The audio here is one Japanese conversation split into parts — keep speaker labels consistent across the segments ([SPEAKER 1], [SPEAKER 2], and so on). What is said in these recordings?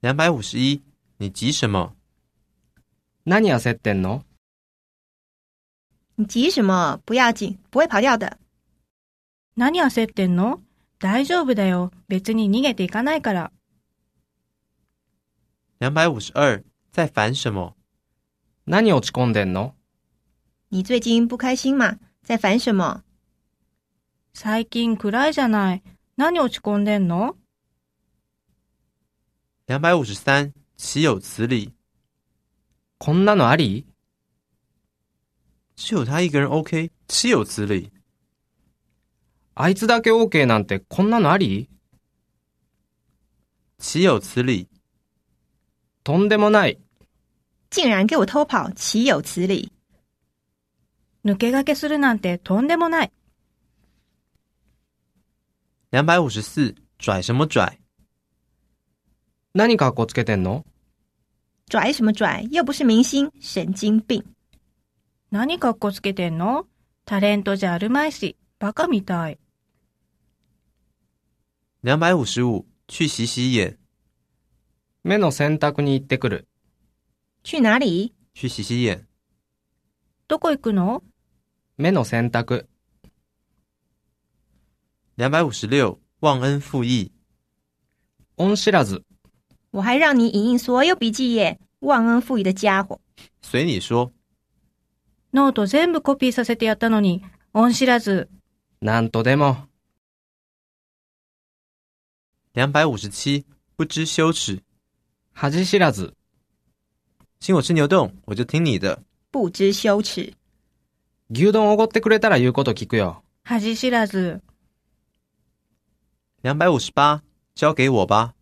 [SPEAKER 1] 两百五十一，你急什么？
[SPEAKER 2] 何焦ってんの
[SPEAKER 3] 你急什么？不要紧，不会跑掉的。
[SPEAKER 4] 何焦ってんの大丈夫だよ。別に逃げていかないから。
[SPEAKER 1] 两百五十二，在烦什么？
[SPEAKER 2] 何落ち込んでんの
[SPEAKER 3] 你最近不开心嘛？在烦什么？
[SPEAKER 4] 最近暗いじゃない。何落ち込んでんの
[SPEAKER 1] 两百五十三，岂有此理！
[SPEAKER 2] こんなのあり
[SPEAKER 1] 只有他一个人 OK，岂有此理！
[SPEAKER 2] あいつだけ OK なんてこんなのあり
[SPEAKER 1] 岂有此理！
[SPEAKER 2] とんでもない。
[SPEAKER 3] 竟然给我偷跑，岂有此理！
[SPEAKER 4] 抜け駆けするなんてとんでもない。
[SPEAKER 1] 两百五十四，拽什么拽？
[SPEAKER 2] 何かっこつけてんの
[SPEAKER 3] 拽什么拽？又不是明星，神经病！
[SPEAKER 4] 何かっこつけてんのタレントじゃあるまいし、バカみたい。
[SPEAKER 1] 两百五十五，去洗洗眼，
[SPEAKER 2] 目の洗濯に行ってくる。
[SPEAKER 3] 去哪里？
[SPEAKER 1] 去洗洗眼。
[SPEAKER 4] どこ行くの
[SPEAKER 2] 目の洗濯。
[SPEAKER 1] 两百五十六，忘恩负义，
[SPEAKER 2] 恩知らず。
[SPEAKER 3] 我还让你影印所有笔记耶！忘恩负义的家伙！
[SPEAKER 1] 随你说。
[SPEAKER 4] ノート全部コピーさせてやったのに、恩知らず。
[SPEAKER 2] なんとでも。
[SPEAKER 1] 两百五十七，不知羞耻，
[SPEAKER 2] 恥知らず。
[SPEAKER 1] 请我吃牛顿，我就听你的。
[SPEAKER 3] 不知羞耻！
[SPEAKER 2] 牛丼おごってくれたら言うこと聞くよ。
[SPEAKER 4] 恥知らず。
[SPEAKER 1] 两百五十八，交给我吧。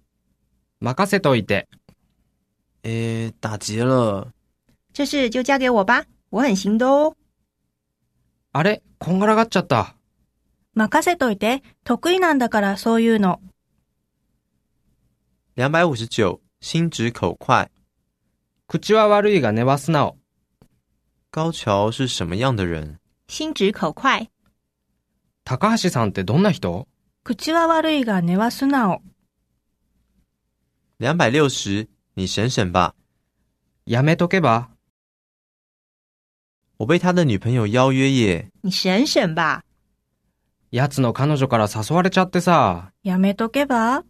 [SPEAKER 2] 任せといて。
[SPEAKER 1] 诶，打结了。
[SPEAKER 3] 这事就交给我吧，我很行的哦。
[SPEAKER 2] あれこんがらがっちゃった。
[SPEAKER 4] 任せといて。得意なんだからそういうの。
[SPEAKER 1] 两百五十九，心直口快。
[SPEAKER 2] 口は悪いが根は素直。
[SPEAKER 1] 高桥是什么样的人？
[SPEAKER 3] 心直口快，
[SPEAKER 2] 高橋さんってどんな人
[SPEAKER 4] 口は悪いが根は素直。
[SPEAKER 1] 两百六十，你省省吧。
[SPEAKER 2] やめとけば。
[SPEAKER 1] 我被他的女朋友邀约耶。
[SPEAKER 3] 你省省吧。
[SPEAKER 2] 奴の彼女から誘われちゃってさ。
[SPEAKER 4] やめとけば